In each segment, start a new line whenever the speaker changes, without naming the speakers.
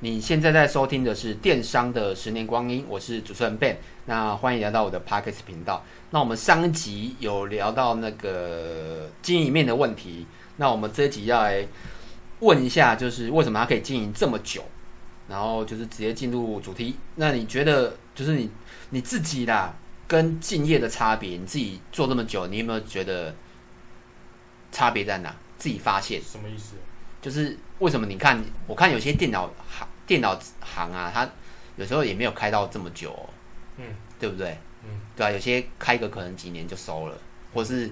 你现在在收听的是《电商的十年光阴》，我是主持人 Ben。那欢迎来到我的 Pockets 频道。那我们上一集有聊到那个经营面的问题，那我们这一集要来问一下，就是为什么它可以经营这么久？然后就是直接进入主题。那你觉得，就是你你自己啦，跟敬业的差别，你自己做这么久，你有没有觉得差别在哪？自己发现？
什么意思？
就是为什么你看，我看有些电脑行电脑行啊，它有时候也没有开到这么久、哦，
嗯，
对不对？
嗯，
对啊，有些开个可能几年就收了，或是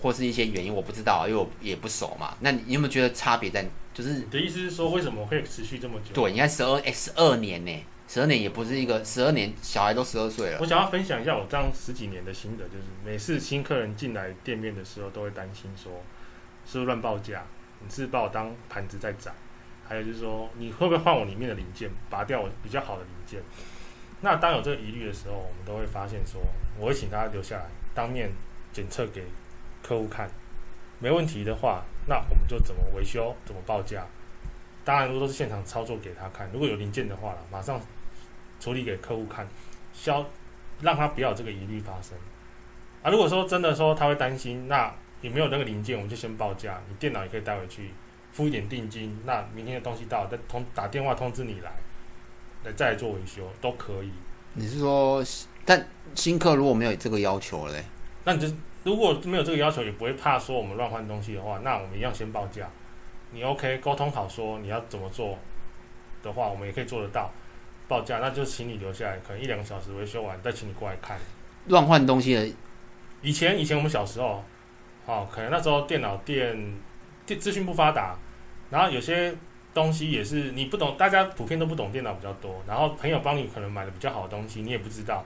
或是一些原因我不知道，因为我也不熟嘛。那你你有没有觉得差别在？就是
你的意思是说，为什么可以持续这么久？
对，你看十二哎十二年呢，十二年也不是一个十二年，小孩都十二岁了
我，想要分享一下我这样十几年的心得，就是每次新客人进来店面的时候，都会担心说是不是乱报价，你是不是把我当盘子在宰，还有就是说你会不会换我里面的零件，拔掉我比较好的零件。那当有这个疑虑的时候，我们都会发现说，我会请他留下来，当面检测给客户看，没问题的话，那我们就怎么维修，怎么报价。当然，如果都是现场操作给他看，如果有零件的话啦马上处理给客户看，消让他不要有这个疑虑发生。啊，如果说真的说他会担心，那也没有那个零件，我们就先报价，你电脑也可以带回去，付一点定金，那明天的东西到了再通打电话通知你来，来再来做维修都可以。
你是说，但新客如果没有这个要求嘞，
那你就如果没有这个要求，也不会怕说我们乱换东西的话，那我们一样先报价。你 OK 沟通好说你要怎么做的话，我们也可以做得到报价。那就请你留下来，可能一两个小时维修完再请你过来看。
乱换东西的，
以前以前我们小时候，哦，可能那时候电脑店电资讯不发达，然后有些东西也是你不懂，大家普遍都不懂电脑比较多，然后朋友帮你可能买的比较好的东西，你也不知道。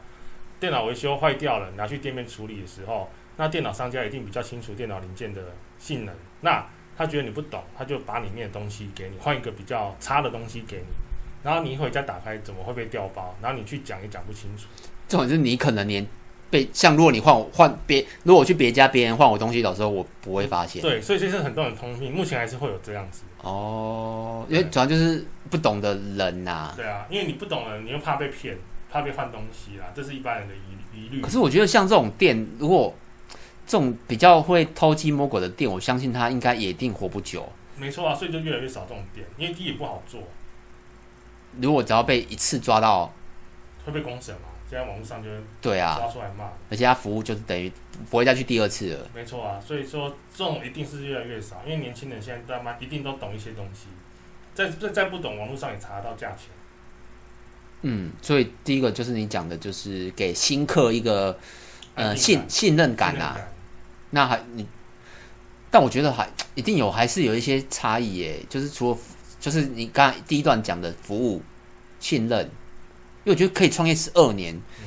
电脑维修坏掉了，拿去店面处理的时候，那电脑商家一定比较清楚电脑零件的性能，那他觉得你不懂，他就把里面的东西给你，换一个比较差的东西给你，然后你回家打开怎么会被调包，然后你去讲也讲不清楚。
这种就是你可能连被像如果你换我换别，如果我去别家别人换我东西的时候，我不会发现。
对，所以这是很多人通病，目前还是会有这样子。
哦，因为
对
主要就是不懂的人呐、
对啊，因为你不懂了，你又怕被骗，怕被换东西啦，这是一般人的疑疑虑
可。是我觉得像这种店，如果这种比较会偷鸡摸狗的店，我相信他应该也一定活不久。
没错啊，所以就越来越少这种店，因为第一也不好做，
如果只要被一次抓到，
会被公审嘛。现在网络上就会
对啊，
抓出来骂，
而且他服务就是等于不会再去第二次了。
没错啊。所以说这种一定是越来越少，因为年轻人现在慢慢一定都懂一些东西，再再再不懂，网络上也查得到价钱。
嗯，所以第一个就是你讲的，就是给新客一个呃
安定
信
感
信任感
信任
啊。那还你，但我觉得还一定有还是有一些差异耶，就是除了就是你刚才第一段讲的服务信任，因为我觉得可以创业十二年，
嗯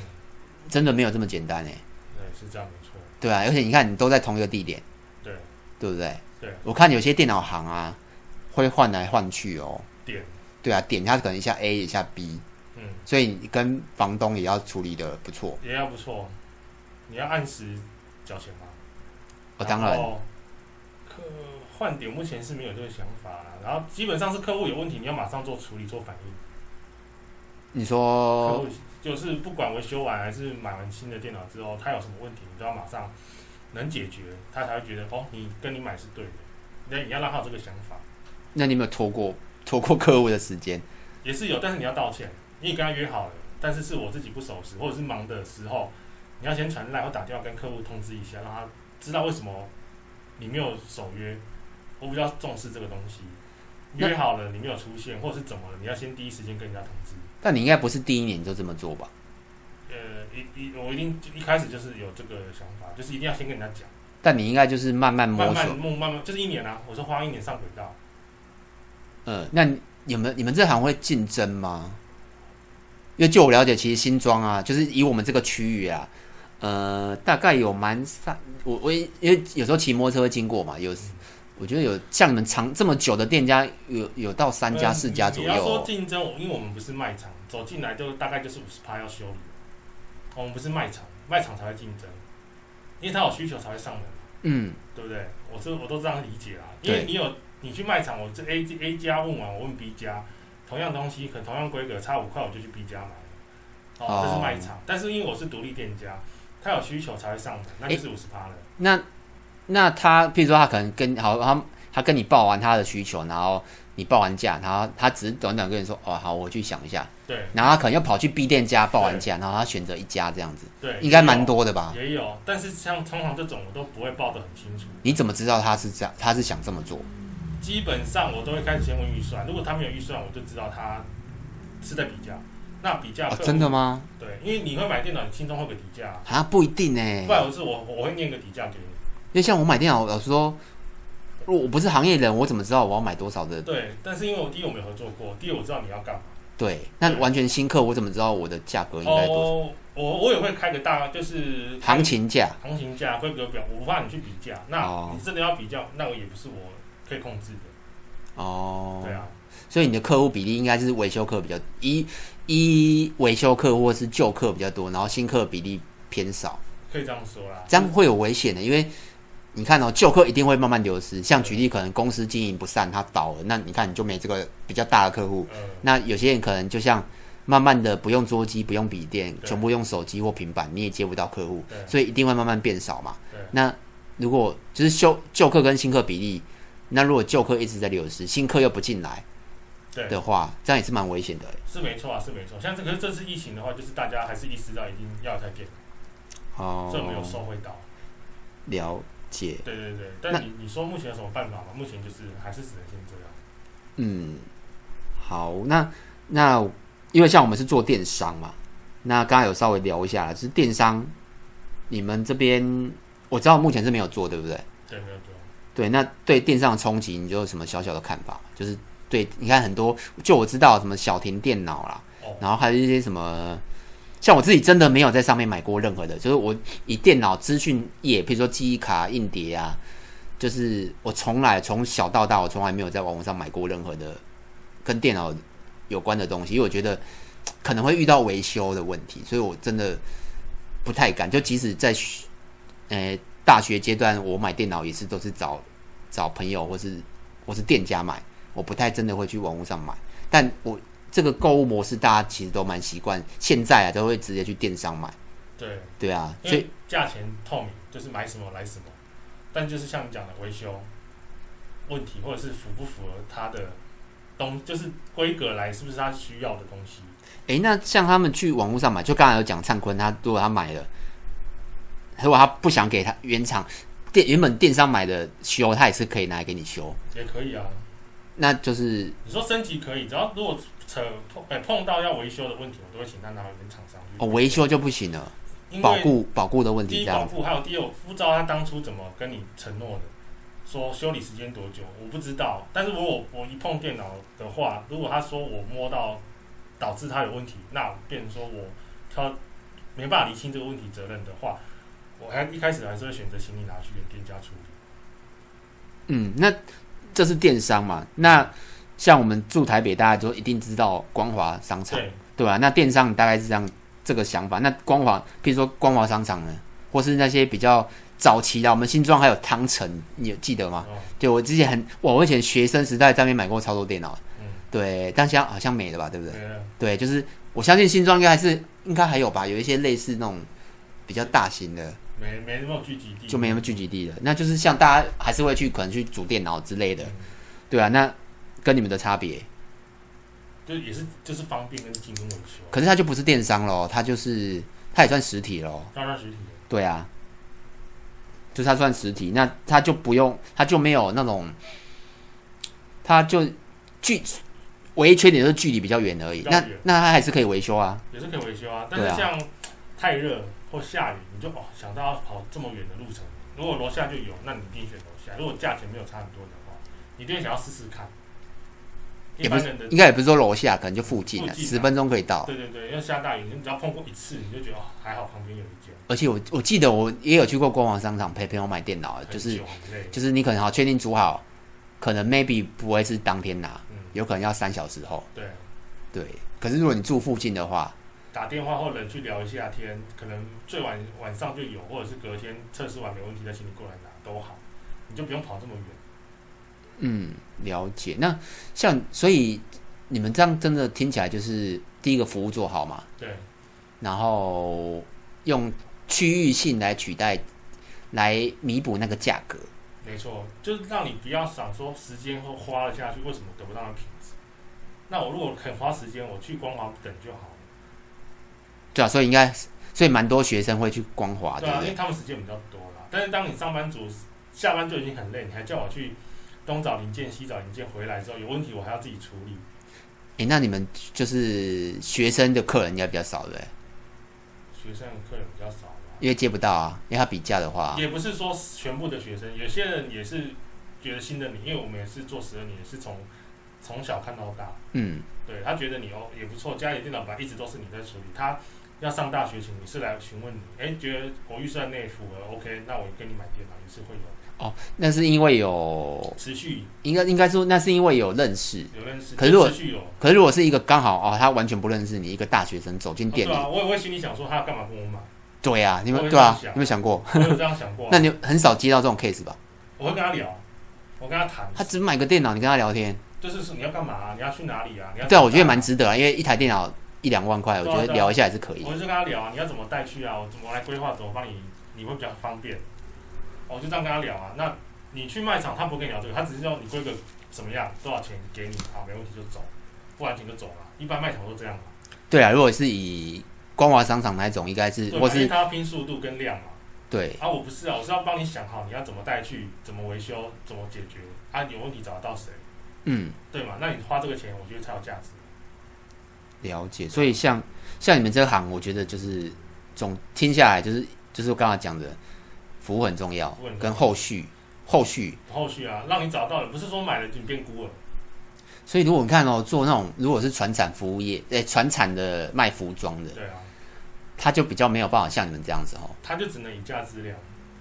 真的没有这么简单哎，
对，是这样没错。
对啊，而且你看你都在同一个地点，
对
对不对？
对，
我看有些电脑行啊，会换来换去哦，
点，
对啊，点它可能一下 A 一下 B，
嗯，
所以你跟房东也要处理的不错
也要不错，你要按时交钱吗？
哦，当然，
后客换点目前是没有这个想法啦，然后基本上是客户有问题，你要马上做处理、做反应。
你
客
说
户就是不管维修完还是买完新的电脑之后，他有什么问题，你都要马上能解决，他才会觉得哦，你跟你买是对的。那你要让他有这个想法，
那你有没有拖过拖过客户的时间？
也是有，但是你要道歉，因为你跟他约好了，但是是我自己不守时或者是忙的时候，你要先传来或打电话跟客户通知一下，让他知道为什么你没有守约，我比较重视这个东西。
那
约好了你没有出现，或者是怎么了，你要先第一时间跟人家通知。
但你应该不是第一年就这么做吧？
呃，一一我一定一开始就是有这个想法，就是一定要先跟人家讲，
但你应该就是慢慢摸
慢
索。
慢慢慢慢，就是一年啊，我说花一年上轨道，
嗯，那你你们你们这行会竞争吗？因为就我了解，其实新庄啊，就是以我们这个区域啊，呃，大概有蛮三，我我因为有时候骑摩托车会经过嘛，有我觉得有像你们长这么久的店家，有有到三家
嗯
四家左
你要
右
说
哦。
竞争，我因为我们不是卖场，走进来就大概就是五十趴要修理。哦我们不是卖场，卖场才会竞争，因为他有需求才会上门，
嗯，
对不对？我是我都这样理解啦，因为
对
你有你去卖场，我这 A A 家问完，我问 B 家，同样东西，可能同样规格，差五块我就去 B 家买了。
哦
哦，这是卖场，但是因为我是独立店家，他有需求才会上门，那就是五十趴了。
那那他，譬如说他可能跟好他他跟你报完他的需求，然后你报完价，然后他只是短短跟你说哦好，我去想一下，
对
然后他可能又跑去 B 店家报完价，然后他选择一家这样子，
对，
应该蛮多的吧？
也有，也有，但是像通常这种我都不会报得很清楚。
你怎么知道他是这样？他是想这么做？
基本上我都会开始先问预算，如果他没有预算，我就知道他是在比价。那比价、
哦、真的？吗？
对，因为你会买电脑，你心中会有个底价，
啊，不一定呢、
不然我是我我会念个底价给你。
因为像我买电脑，老实说，如果我不是行业人，我怎么知道我要买多少的？
对，但是因为我第一我没有合作过，第二我知道你要干嘛。
对，那
对
完全新客，我怎么知道我的价格应该多少？
哦，我我也会开个大，就是开
行情价
行情价、规格表，我怕你去比价。
哦
那你真的要比较，那我也不是我可以控制的。
哦，
对啊，
所以你的客户比例应该是维修客比较一一维修客或是旧客比较多，然后新客比例偏少，
可以这样说啦。
这样会有危险的，因为你看哦，旧客一定会慢慢流失。像举例，可能公司经营不善，它倒了，那你看你就没这个比较大的客户。
呃，
那有些人可能就像慢慢的不用桌机，不用笔电，
对
全部用手机或平板，你也接不到客户，
对
所以一定会慢慢变少嘛
对。
那如果就是旧旧客跟新客比例，那如果旧客一直在流失，新客又不进来
对
的话，这样也是蛮危险的欸。
是没错啊，是没错。像这个这次疫情的话，就是大家还是意识到一定要再电脑，所以我们有
哦，
收回到。
了解，
对对对，
那
但你你说目前有什么办法吗？目前就是还是只能先这样。
嗯，好，那那因为像我们是做电商嘛，那刚刚有稍微聊一下了，就是电商，你们这边我知道目前是没有做，对不对？
对，没有错。
对，那对电商的冲击，你就有什么小小的看法？就是对，你看很多，就我知道什么小婷电脑啦，
哦，
然后还有一些什么，像我自己真的没有在上面买过任何的，就是我以电脑资讯业，比如说记忆卡、硬碟啊，就是我从来从小到大，我从来没有在网络上买过任何的跟电脑有关的东西，因为我觉得可能会遇到维修的问题，所以我真的不太敢。就即使在学呃大学阶段，我买电脑也是都是找找朋友或是或是店家买，我不太真的会去网络上买。但我这个购物模式大家其实都蛮习惯，现在啊都会直接去电商买，
对，
对啊，
因
所以
为价钱透明，就是买什么来什么。但就是像你讲的维修问题，或者是符不符合它的东，就是规格来是不是他需要的东西。
诶，那像他们去网络上买，就刚才有讲灿坤，他如果他买了，如果他不想给他原厂电原本电商买的修，他也是可以拿来给你修，
也可以啊，
那就是
你说升级可以，只要如果扯碰哎、碰到要维修的问题，我都会请他拿原厂商去
哦维修就不行了，
因
保
为
固保固的问
第
题
一
这
保
样，
护，还有第二，我不知道他当初怎么跟你承诺的，说修理时间多久，我不知道。但是如果我一碰电脑的话，如果他说我摸到导致他有问题，那变成说我挑没办法厘清这个问题责任的话，我还一开始还是会选择请你拿去给店家处理。
嗯，那这是电商嘛，那像我们住台北，大家就一定知道光华商场。
对，
对吧、那电商你大概是这样这个想法。那光华，譬如说光华商场呢，或是那些比较早期的，我们新庄还有汤臣，你有记得吗？
哦，
对我之前很，哇我以前学生时代在那边买过超多电脑，
嗯，
对，但现在好像没了吧，对不对？
对了，
对，就是我相信新庄应该还是应该还有吧，有一些类似那种比较大型的，
没没那么聚集地，
就没什么聚集地了。那就是像大家还是会去可能去组电脑之类的
嗯，
对啊，那跟你们的差别，
就也是就是方便跟精工维修，啊
可是它就不是电商咯，它就是它也算实体咯。
当然实体的，
对啊，就是它算实体，那它就不用，它就没有那种，它就距唯一缺点就是距离比较远而已。
比较
那
远
那它还是可以维修啊。
也是可以维修啊。但是
对啊
像太热或下雨，你就哦想到要跑这么远的路程，如果楼下就有，那你一定选楼下。如果价钱没有差很多的话，你一定会想要试试看。一
也不
般
是
人的
应该也不是说楼下，可能就附近了，
附近啊
十分钟可以到。
对对对，因为下大雨，你只要碰过一次，你就觉得哦还好旁边有一间，
而且我我记得我也有去过官网商场陪朋友买电脑，
很
就是
久很累。
就是你可能好确定煮好，可能 maybe 不会是当天拿，
嗯，
有可能要三小时后。
对，
对，可是如果你住附近的话，
打电话或人去聊一下天，可能最晚晚上就有，或者是隔天测试完没问题再请你过来拿都好，你就不用跑这么远。
嗯，了解。那像所以你们这样真的听起来就是第一个服务做好嘛，
对，
然后用区域性来取代，来弥补那个价格。
没错，就是让你不要想说时间或花了下去，为什么得不到那品质？那我如果肯花时间，我去光华等就好了，
对啊，所以应该，所以蛮多学生会去光华，
对
对不
啊，因
对
为？他们时间比较多啦。但是当你上班族下班就已经很累，你还叫我去东找零件西找零件，回来之后有问题我还要自己处理。
诶，哎那你们就是学生的客人应该比较少，对不对？
学生客人比较少嘛，
因为接不到啊，因为他比价的话，
也不是说全部的学生，有些人也是觉得信任你，因为我们也是做十二年，也是从从小看到大，
嗯，
对他觉得你哦也不错，家里电脑板一直都是你在处理，他要上大学前你是来询问你，哎，觉得我预算内符合，OK，那我跟你买电脑也是会有
那是因为有，
持续
应该应该说那是因为有认识。
有认识，
可是我
持续有。
可是如果是一个刚好哦，他完全不认识你，一个大学生走进
哦对
店里，
啊，我也会心里想说他干嘛跟我 买，
对啊，你
我
们
也
对啊，
这样
你
想
有没有想过？、
我有这样想过啊
那你很少接到这种 case 吧？
我会跟他聊，啊我跟他谈，
他只买个电脑，你跟他聊天，
就是说你要干嘛、你要去哪里啊？你要
对啊，
怎么
我觉得
办
蛮值得啊，因为一台电脑一两万块，我
对啊
觉得
对啊
聊一下也是可以
我。就跟他聊啊，你要怎么带去啊？我怎么来规划？怎么帮你？你会比较方便。我就这样跟他聊啊。那你去卖场，他不会跟你聊这个，他只是要你规格怎么样，多少钱给你，好，没问题就走，不完钱就走了。一般卖场都这样嘛，
对啊，如果是以光华商场那一种，应该是
对吧，
或
因为
是
他要拼速度跟量嘛。
对
啊，我不是啊，我是要帮你想好你要怎么带去，怎么维修，怎么解决啊，有问题找得到谁，
嗯
对嘛？那你花这个钱，我觉得才有价值。
了解。所以像像你们这行，我觉得就是总听下来就是就是我刚刚讲的服务很重要
服务很，重要
跟后续后续。
后续啊，让你找到了，不是说买了就变孤儿，
所以如果你看哦，做那种如果是传产服务业，诶、传产的卖服装的，
对啊，
他就比较没有办法像你们这样子哦，
他就只能以价质量。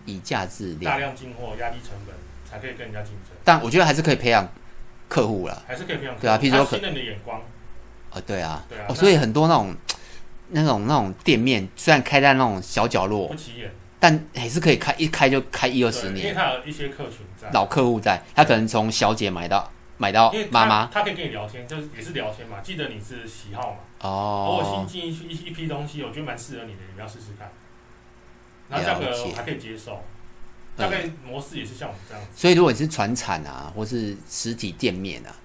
以价质
大
量。
量进货，压低成本，才可以跟人家竞争，
但我觉得还是可以培养客户啦。
还是可以培养客户
对啊譬如说
他信任你的眼光，
哦，对啊，
对
哦，
啊那
所以很多那种那种那种店面，虽然开在那种小角落
不，起眼，
但还是可以开一开就开一二
嗯对，
十
因为
年。
他有一些客群在，
老客户在，他可能从小姐买到买到
因为他
妈妈
他可以跟你聊天，就是也是聊天嘛，记得你是喜好嘛，偶尔新
哦，
进一一一批东西，我觉得蛮适合你的，你要试试看，然后价
了
格
解
还可以接受，
嗯
大概模式也是像我们这样子，
所以如果你是传产啊，或是实体店面啊，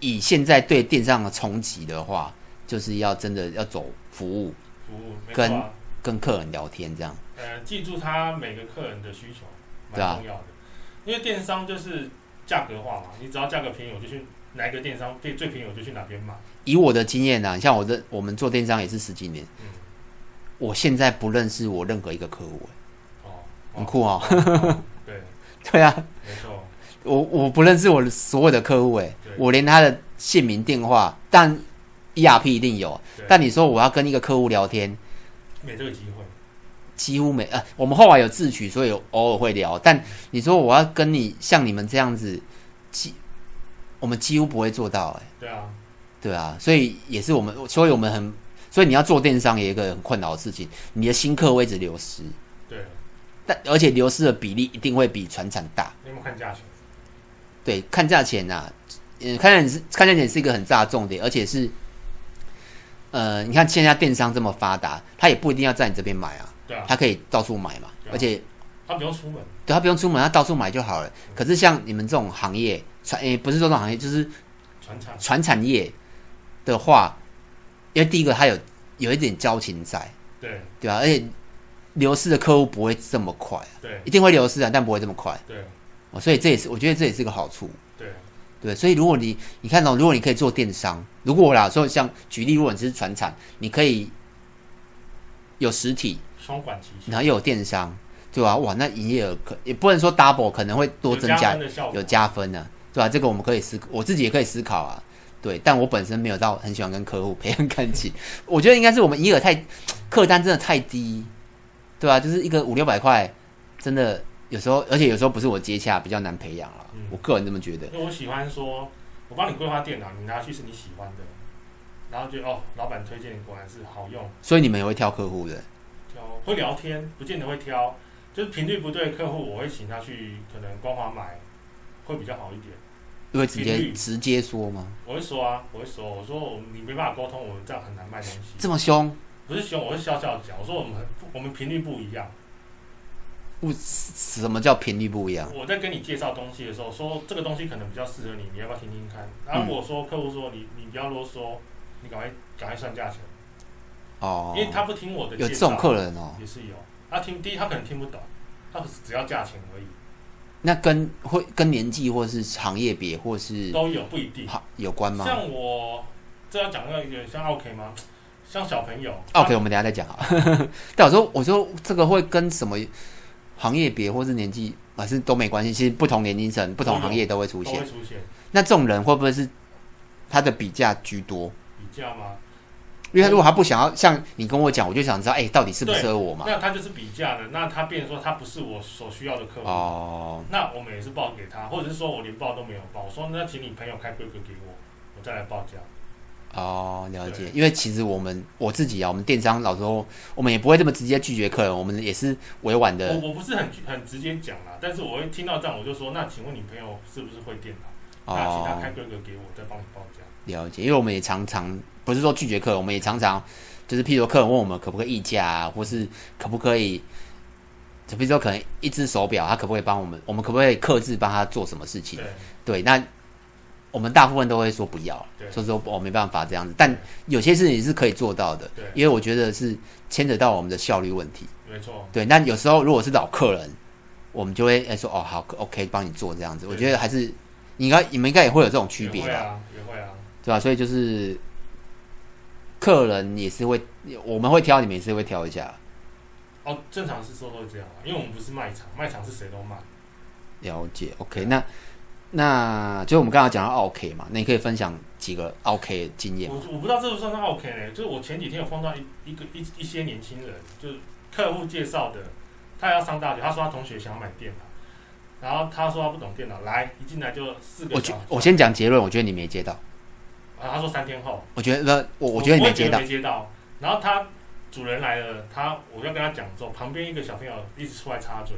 以现在对电商的冲击的话，就是要真的要走服务，
服务没错啊，
跟客人聊天这样。
呃，记住他每个客人的需求，蛮
对啊
重要的，因为电商就是价格化嘛，你只要价格便宜，我就去哪一个电商最最便宜，我就去哪边买。
以我的经验啊，像我的我们做电商也是十几年，
嗯
我现在不认识我任何一个客户、欸
哦，
很酷哦。
哦。 对，
对啊，
没错，
我我不认识我的所有的客户哎、
对
我连他的姓名、电话，但 ERP 一定有
对。
但你说我要跟一个客户聊天，
没这个机会。
几乎没呃，我们后来有自取，所以偶尔会聊。但你说我要跟你像你们这样子，几我们几乎不会做到哎、
对啊，
对啊，所以也是我们，所以我们很，所以你要做电商也有一个很困扰的事情，你的新客位置流失，
对，
但而且流失的比例一定会比船厂大。
你有没有看价钱？
对，看价钱呐、嗯，看价钱是看价钱是一个很大的重点，而且是，呃，你看现在电商这么发达，他也不一定要在你这边买啊，
对啊，
他可以到处买嘛，
对啊
而且
他不用出门，
对他不用出门，他到处买就好了。可是像你们这种行业，传诶、不是说这种行业，就是
传产
传产业的话，因为第一个它有有一点交情在，
对
对吧、而且流失的客户不会这么快啊，
对
一定会流失啊，但不会这么快
对
哦，所以这也是我觉得这也是一个好处，
对，
对。所以如果你你看哦，如果你可以做电商，如果啦，说像举例，如果你是传产，你可以有实体，
双管齐下，
然后又有电商，对吧、哇，那营业额可也不能说 double，可能会多
有
增
加
加
分的效果
有。加分呢、对吧、这个我们可以思，我自己也可以思考啊。对，但我本身没有到很喜欢跟客户 培养感情，我觉得应该是我们营业额太，客单真的太低，对吧、就是一个五六百块，真的有时候，而且有时候不是我接洽比较难培养了，
嗯
我个人这么觉得。
因为我喜欢说，我帮你规划电脑，你拿去是你喜欢的，然后就哦，老板推荐果然是好用，
所以你们也会挑客户的，
挑会聊天，不见得会挑，就是频率不对，客户我会请他去可能光华买会比较好一点。
会直
频
接
率
直接说吗？
我会说啊，我会说，我说我你没办法沟通，我们这样很难卖东西。
这么凶，
不是凶，我是笑笑讲，我说我们很我们频率不一样。
不，什么叫频率不一样？
我在跟你介绍东西的时候，说这个东西可能比较适合你，你要不要听听看？然后我说客户说你你不要啰嗦，你赶快赶快算价钱，
哦，
因为他不听我的
有
介
这
绍，
种客人哦，
也是有。他听第一他可能听不懂，他只要价钱而已，
那跟会跟年纪或是行业别或是
都有不一定。
行有关吗
像我这样讲到有点像 OK 吗？像小朋友他
？OK，我们等一下再讲啊。 但我说我说这个会跟什么行业别或是年纪还是都没关系，其实不同年龄层、不同行业都会出
都
现
会。出现
那这种人会不会是他的比价居多？
比较吗？
因为他如果他不想要像你跟我讲，我就想知道，哎、到底适不适合我嘛？
那他就是比价的，那他变成说他不是我所需要的客户，
哦，
那我们也是报给他，或者是说我连报都没有报，我说那请你朋友开规格给我，我再来报价。
哦，了解。因为其实我们我自己啊，我们电商老时候我们也不会这么直接拒绝客人，我们也是委婉的
我我不是很很直接讲啦，但是我会听到这样，我就说那请问你朋友是不是会电脑？那请他
哦，
开规格给我，再帮你报价。
了解。因为我们也常常不是说拒绝客人，我们也常常就是譬如说客人问我们可不可以议价啊，或是可不可以，就比如说可能一只手表，他可不可以帮我们，我们可不可以克制帮他做什么事情？
对
对，那我们大部分都会说不要，
对
所以说我、哦没办法这样子。但有些事情是可以做到的，
对，
因为我觉得是牵扯到我们的效率问题。
没错，
对，那有时候如果是老客人，我们就会哎说哦好，OK，帮你做这样子。
对
我觉得还是你应该你们应该也会有这种区别
也会
吧，
啊，也会啊，
对吧、所以就是客人也是会，我们会挑，你们也是会挑一下。
哦，正常是说都会这样啊，因为我们不是卖场，卖场是谁都卖。
了解，OK，
对啊
那那就我们刚才讲到 OK 嘛，那你可以分享几个 OK 经验
我
吗
我不知道这不算是 OK 呢，就是我前几天有碰到一一个一一些年轻人，就是客户介绍的，他要上大学，他说他同学想要买电脑，然后他说他不懂电脑，来一进来就四个
我
小
觉
时，
我先讲结论，我觉得你没接到，
然后他说三天后，
我觉得我我觉得你
哦
没
我也
接到
没接到，然后他主人来了，他我要跟他讲之后，旁边一个小朋友一直出来插嘴，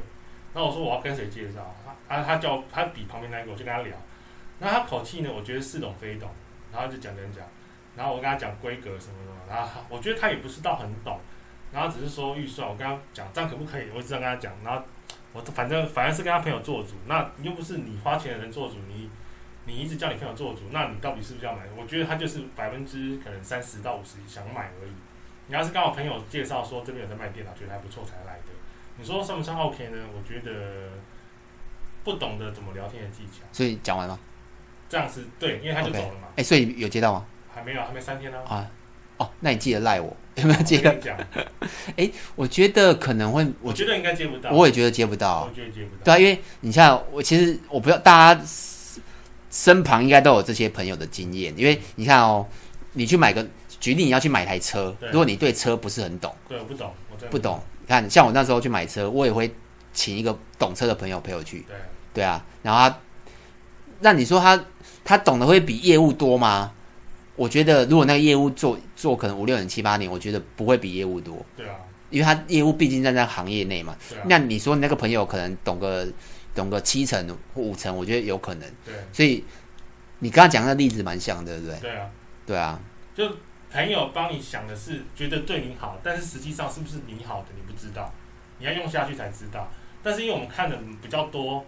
然后我说我要跟谁介绍，他他他叫我他比旁边那个，我就跟他聊，那他口气呢，我觉得似懂非懂，然后就讲讲讲，然后我跟他讲规格什么什么，然后他我觉得他也不是到很懂，然后只是说预算，我跟他讲这样可不可以，我一直这样跟他讲，然后我反正反正是跟他朋友做主，那你又不是你花钱的人做主，你你一直叫你朋友做主，那你到底是不是要买？我觉得他就是百分之可能三十到五十想买而已。你要是刚好朋友介绍说这边有在卖电脑，觉得还不错才来的。你说算不算 OK 呢？我觉得不懂得怎么聊天的技巧，
所以讲完了吗，
这样是对，因为他就
OK
走了嘛
哎、所以有接到吗？
还没有，还没三天呢、啊。
啊，哦，那你记得赖我有没有啊接
我
到
跟？你讲，
我觉得可能会，
我
我
觉得应该接不到，
我也觉得接不到
我，觉得接不到。
对啊，因为你像我，其实我不知道大家身旁应该都有这些朋友的经验，因为你看哦，你去买个，举例你要去买台车，
对
如果你对车不是很懂，
对，我不懂，我真的
不。懂，你看像我那时候去买车，我也会请一个懂车的朋友陪我去，
对，
对啊，然后他，那你说他他懂得会比业务多吗？我觉得如果那个业务做做可能五六年七八年，我觉得不会比业务多，
对啊，
因为他业务毕竟站在行业内嘛。
对啊，
那你说你那个朋友可能懂个懂个七成或五成，我觉得有可能。
对
所以你刚刚讲的例子蛮像的，对不对？
对啊，
对啊，
朋友帮你想的是觉得对你好，但是实际上是不是你好的你不知道，你要用下去才知道。但是因为我们看的比较多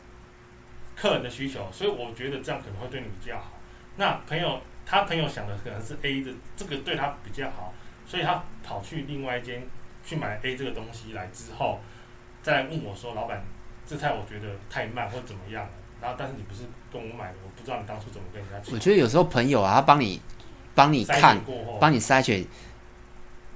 客人的需求，所以我觉得这样可能会对你比较好。那朋友他朋友想的可能是 A 的，这个对他比较好，所以他跑去另外一间去买 A 这个东西来之后，再来问我说：“老板，这菜我觉得太慢或怎么样了。”然后但是你不是跟我买的，我不知道你当初怎么跟人家讲。
我觉得有时候朋友啊，他帮你帮你
筛
看
选，过后，
帮你筛选，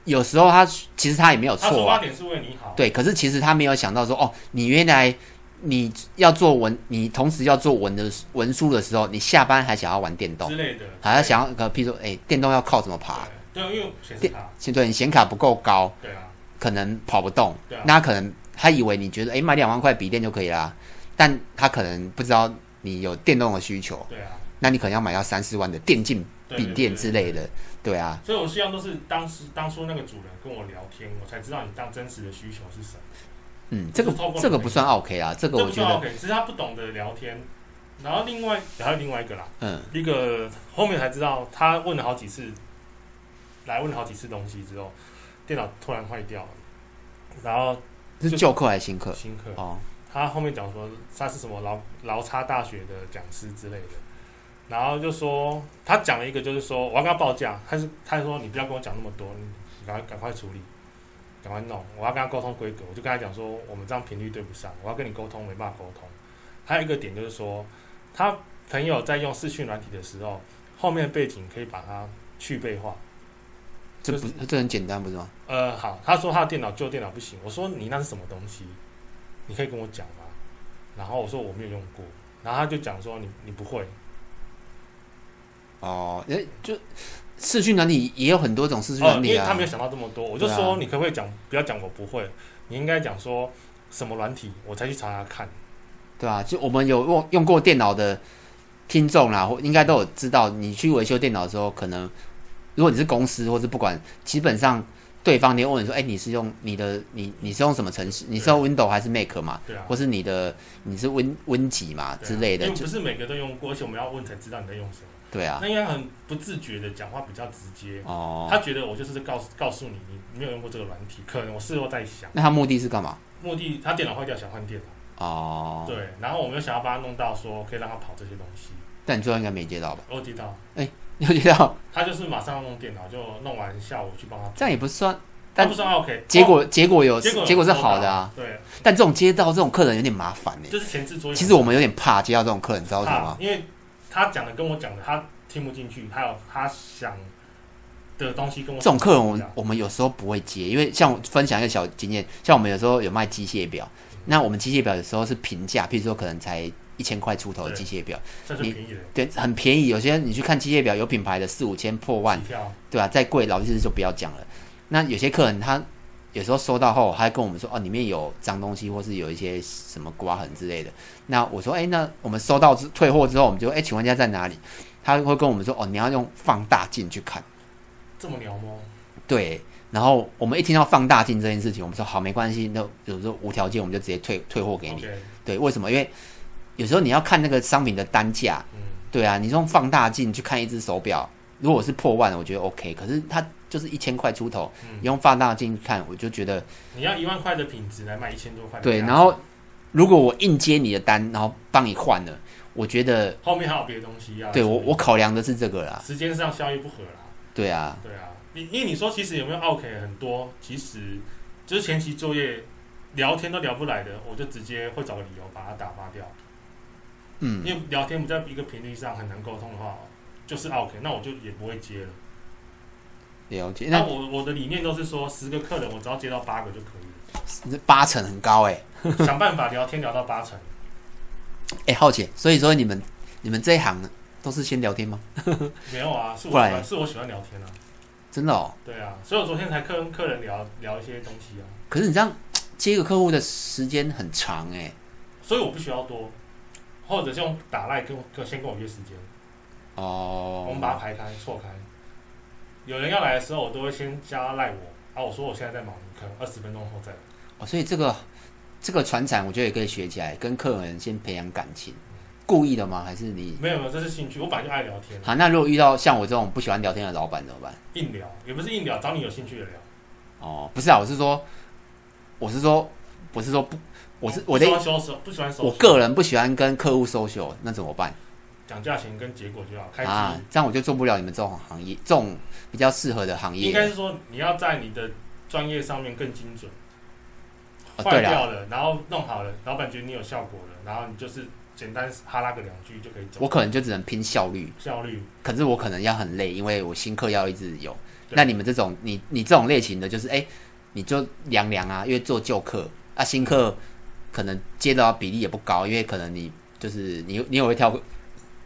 有时候他其实他也没有
他出
错啊
发，点是为你好。
对。可是其实他没有想到说，哦，你原来你要做文，你同时要做文的文书的时候，你下班还想要玩电动，
之类的，
还要想要，可譬如说，哎、电动要靠怎么爬？
对，对，因为显示卡，
现在你显卡不够高，
对啊，
可能跑不动，
对啊，
那他可能他以为你觉得哎、诶买两万块笔电就可以啦，但他可能不知道你有电动的需求，
对啊，
那你可能要买到三四万的电竞
对
笔电之。类
对对
的，对啊，
所以我希望都是当时当初那个主人跟我聊天，我才知道你当真实的需求是什么。
嗯，这个
就是透过你
这个不算 OK 啦，这个
这
我
不
觉
算
得
OK，只是他不懂得聊天，然后另外还有另外一个啦，
嗯
一个后面才知道，他问了好几次，来问了好几次东西之后，电脑突然坏掉了，然后
是
就
旧课还是新课？
新客
哦，
他后面讲说他是什么劳劳差大学的讲师之类的，然后就说他讲了一个就是说我要跟他报价，他是他说你不要跟我讲那么多，你赶快赶快处理，赶快弄，我要跟他沟通规格，我就跟他讲说我们这样频率对不上，我要跟你沟通没办法沟通。还有一个点就是说，他朋友在用视讯软体的时候，后面的背景可以把它去背化，
这
就
不这很简单不是吗？
呃，好，他说他的电脑旧电脑不行，我说你那是什么东西？你可以跟我讲吗？然后我说我没有用过，然后他就讲说你你不会，
哦，诶，就视讯软体也有很多种视讯
哦
软，
因
体
为
啊。
他没有想到这么多，我就
对啊
说你可不可以讲，不要讲我不会，你应该讲说什么软体，我才去查查看。
对啊，就我们有用用过电脑的听众啦，或应该都有知道，你去维修电脑的时候，可能如果你是公司或是不管，基本上对方连问你说，哎、你是用你的你你是用什么程式？你是用 Windows 还是 Mac 嘛？
对啊，
或是你的你是 Win Win 几嘛
对啊
之类的？
因为
就
不是每个都用过，而且我们要问才知道你在用什么。
对啊
那，应该很不自觉的讲话比较直接，
哦，
他觉得我就是告诉告诉你，你没有用过这个软体，可能我事后再想，
那他目的是干嘛？
目的他电脑坏掉想换电脑。
哦，
对，然后我们又想要把它弄到说可以让它跑这些东西，
但你最后应该没接到吧？
我有接到，
你有接到？
他就是马上弄电脑，就弄完下午去帮他，
这样也不算，
他
但
不算 OK，
结、果、结果有
哦结果有
结果是
收到
好的啊。，
对，
但这种接到这种客人有点麻烦呢、
就是前置作业。
其实我们有点怕接到这种客人，你知道为什么
怕
吗，？
因为他讲的跟我讲的他听不进去，还有他想的东西跟我
这种客人我
不一
们
样
我们有时候不会接，因为像我分享一个小经验，像我们有时候有卖机械表，那我们机械表有时候是平价，譬如说可能才一千块出头的机械表，
这是便宜的，
对，很便宜。有些你去看机械表，有品牌的四五千、破万
起，跳，
对吧、再贵，老意思就不要讲了。那有些客人他有时候收到后，他还跟我们说，哦，里面有脏东西，或是有一些什么刮痕之类的。那我说，哎、那我们收到之退货之后，我们就，哎、请问一下在哪里？他会跟我们说，哦，你要用放大镜去看。
这么鸟摸，
对，然后我们一听到放大镜这件事情，我们说好没关系，那有时候无条件我们就直接退退货给你。
OK，
对，为什么？因为有时候你要看那个商品的单价，
嗯，
对啊，你用放大镜去看一只手表，如果是破万，我觉得 OK，可是它就是一千块出头，
嗯
你用放大镜看，我就觉得
你要一万块的品质来卖一千多块的价
对。
钱，
然后如果我硬接你的单，然后帮你换了，我觉得
后面还有别的东西要处
对
理，
我我考量的是这个啦，
时间上效益不合啦。
对啊，
对啊，你因为你说其实有没有 OK 很多，其实就是前期作业聊天都聊不来的，我就直接会找个理由把它打发掉。
嗯，
因为聊天不在一个频率上，很难沟通的话，就是 OK，那我就也不会接了。
了解。
那
那
我我的理念都是说，十个客人我只要接到八个就可
八成很高哎、
以了，想 办法聊天聊到八成。
哎、浩姐，所以说你们你们这一行都是先聊天吗？
没有啊，是我
不然
喜欢是我喜欢聊天啊，
真的哦。
对啊，所以我昨天才跟客人聊聊一些东西啊，
可是你这样接一个客户的时间很长哎、
所以我不需要多，或者是用打赖跟我跟先跟我约时间。
哦，
我们把它排开、错开。有人要来的时候，我都会先加赖我，啊，我说我现在在忙，你可能二十分钟后再来。
哦，所以这个这个传产，我觉得也可以学起来，跟客人先培养感情，故意的吗？还是你？
没有没有，这是兴趣，我本来就爱聊天，
好，那如果遇到像我这种不喜欢聊天的老板怎么办？
硬聊也不是硬聊，找你有兴趣的聊。
哦，不是啊，我是说，我是说，不是说不，我是我的
哦不喜，欢收手，不喜欢收手。
我个人不喜欢跟客户 social，那怎么办
讲价钱跟结果就好，开机、
啊？这样我就做不了你们这种行业，这种比较适合的行业。
应该是说你要在你的专业上面更精准。
哦
坏
对啦
掉了，然后弄好了，老板觉得你有效果了，然后你就是简单哈拉个两句就可以走
我，可能就只能拼效率，
效率。
可是我可能要很累，因为我新客要一直有。
对
那你们这种，你你这种类型的，就是哎、你就凉凉啊，因为做旧客啊，新客可能接到比例也不高，因为可能你就是你你也会挑，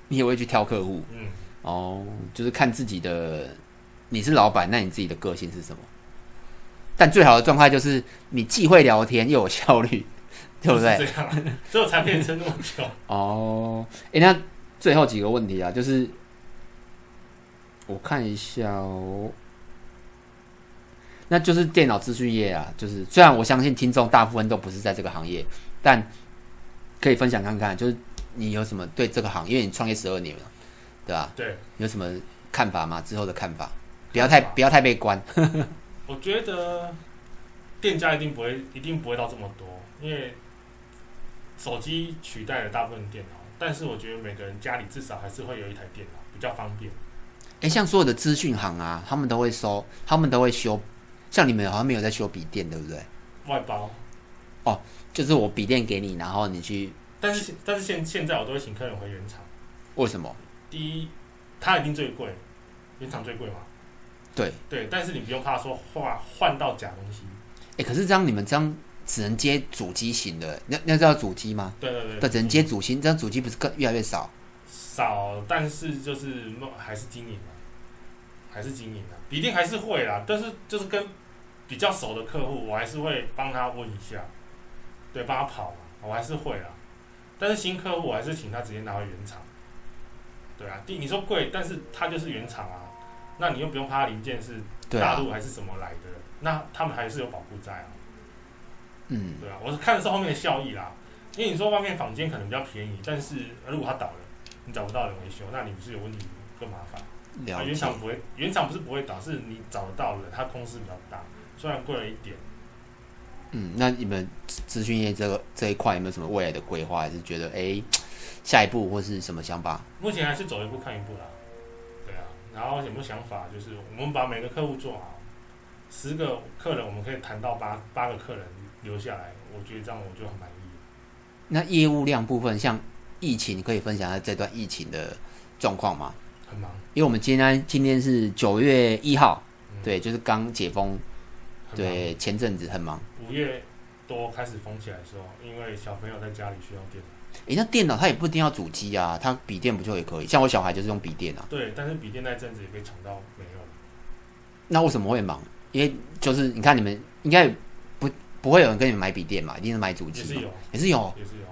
你也会去挑客户
嗯，
哦，就是看自己的，你是老板，那你自己的个性是什么？但最好的状态就是你既会聊天又有效率，对不对？
就是这样啊，所以我才可以撑那么久。
哦，诶，那最后几个问题啊，就是我看一下哦，那就是电脑资讯业啊，就是虽然我相信听众大部分都不是在这个行业，但可以分享看看，就是你有什么对这个行业？因为你创业十二年了，对吧？
对，
有什么看法吗？之后的看法，不要太不要太悲观。
我觉得店家一定不会，一定不会到这么多，因为手机取代了大部分电脑。但是我觉得每个人家里至少还是会有一台电脑，比较方便。
哎，像所有的资讯行啊，他们都会收，他们都会修。像你们好像没有在修笔电，对不对？
外包，
就是我笔电给你，然后你去
但是但是现现在我都会请客人回原厂。
为什么？
第一，它一定最贵，原厂最贵嘛。
对，
对，但是你不用怕说换换到假东西。
哎，可是这样你们这样只能接主机型的，那那叫主机吗？
对对对，
对，只能接主机，这样主机不是更越来越少？
少，但是就是梦还是经营啊，还是经营啊，一定还是会啦。但是就是跟比较熟的客户，我还是会帮他问一下，对，帮他跑嘛，我还是会啦。但是新客户，我还是请他直接拿回原厂。对啊，第你说贵，但是他就是原厂啊，那你又不用怕零件是
对
大
啊，
陆还是什么来的，那他们还是有保护在啊。
嗯，
对啊，我是看的是后面的效益啦。因为你说外面房间可能比较便宜，但是呃如果它倒了，你找不到人维修，那你不是有问题更麻烦？啊
了
原
解。
厂不会，原厂不是不会倒，是你找得到人，它公司比较大，虽然贵了一点。
嗯，那你们资资讯业这个这一块有没有什么未来的规划？还是觉得哎、诶下一步或是什么想法？
目前还是走一步看一步啦。对啊，然后有没有想法？就是我们把每个客户做好，十个客人我们可以谈到八八个客人留下来，我觉得这样我就很满意。
那业务量部分，像疫情，可以分享一下这段疫情的状况吗？
很忙，
因为我们今天今天是九月一号，
嗯
对，就是刚解封，
很忙。
对，前阵子很忙。
五月多开始封起来的时候，因为小朋友在家里需要电脑，
诶、那电脑它也不一定要主机啊，它笔电不就也可以？像我小孩就是用笔电啊。
对，但是笔电那阵子也被抢到没有了。
那为什么会忙？因为就是你看你们应该也不不会有人跟你们买笔电嘛，一定是买主
也
机
是
嘛，
有，
也是有
也是有，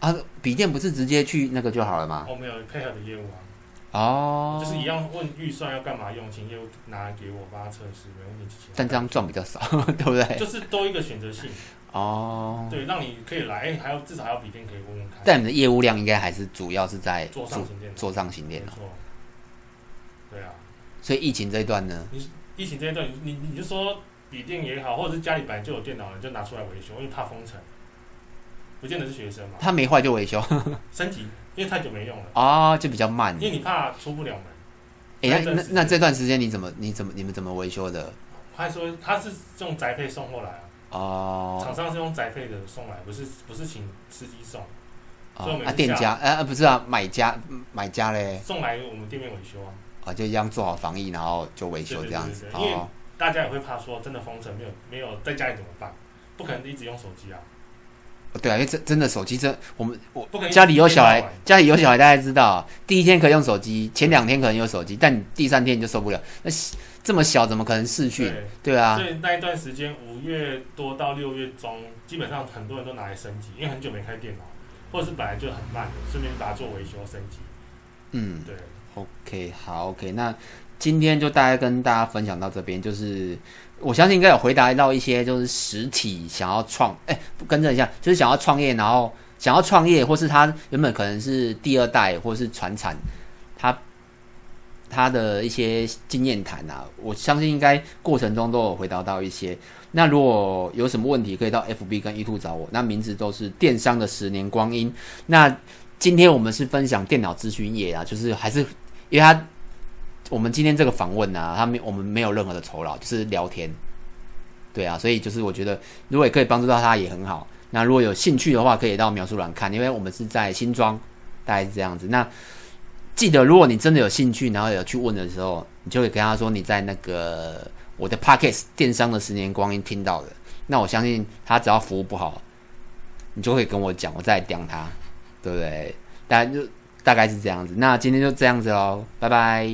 哦
啊。笔电不是直接去那个就好了吗？
我们有配合的业务啊，
哦，
就是一样问预算要干嘛用，请业务拿来给我帮他测试，没问题。请他
但这样赚比较少， 对不对？
就是多一个选择性，
哦，
对，让你可以来，哎还有至少还有笔电可以问问看。
但你们的业务量应该还是主要是在
桌上型电脑，
桌上型
没
电脑，
错。对啊，
所以疫情这一段呢，
疫情这一段，你你你就说笔电也好，或者是家里本来就有电脑，你就拿出来维修，因为怕封城，不见得是学生嘛，
它没坏就维修
升级，因为太久没用了。
哦，就比较慢。
因为你怕出不了门。
哎、
那一
那
段
那
时间
那这段时间你怎么你怎么你们怎么维修的？
他还说他是用宅配送过来啊，
哦
厂商是用宅配的送来，不是不是请司机送，所以我
哦
们
啊，
一
店
下
家呃呃不是啊，买家嗯买家嘞，
送来我们店面维修啊。
啊就一样做好防疫，然后就维修这样子
对对对对对因为
哦。
大家也会怕说真的封城没有没有在家里怎么办？不可能一直用手机啊，
对啊，因为真真的手机真我们我
不可能
家里有小
一
孩
直玩，
家里有小孩，大家知道，第一天可以用手机，前两天可能有手机，但你第三天你就受不了。那这么小怎么可能视讯？
对，
对啊
所，以那一段时间五月多到六月中，基本上很多人都拿来升级，因为很久没开电脑，或者是本来就很慢的，顺便把它做维修升级。
嗯
对，
，OK，好，OK，那今天就大概跟大家分享到这边，就是我相信应该有回答到一些就是实体想要创，哎、更正一下，就是想要创业，然后想要创业，或是他原本可能是第二代，或是传产，他他的一些经验谈啊，我相信应该过程中都有回答到一些。那如果有什么问题，可以到 FB 跟 E Two 找我，那名字都是电商的十年光阴。那今天我们是分享电脑咨询业啊，就是还是因为他我们今天这个访问啊，他没我们没有任何的酬劳，就是聊天。对啊，所以就是我觉得如果也可以帮助到他也很好。那如果有兴趣的话，可以到描述栏看，因为我们是在新庄，大概是这样子。那记得，如果你真的有兴趣，然后有去问的时候，你就会跟他说你在那个我的 Pockets 电商的十年光阴听到的。那我相信他只要服务不好，你就会跟我讲，我再来刁他，对不对？大概就大概是这样子。那今天就这样子喽，拜拜。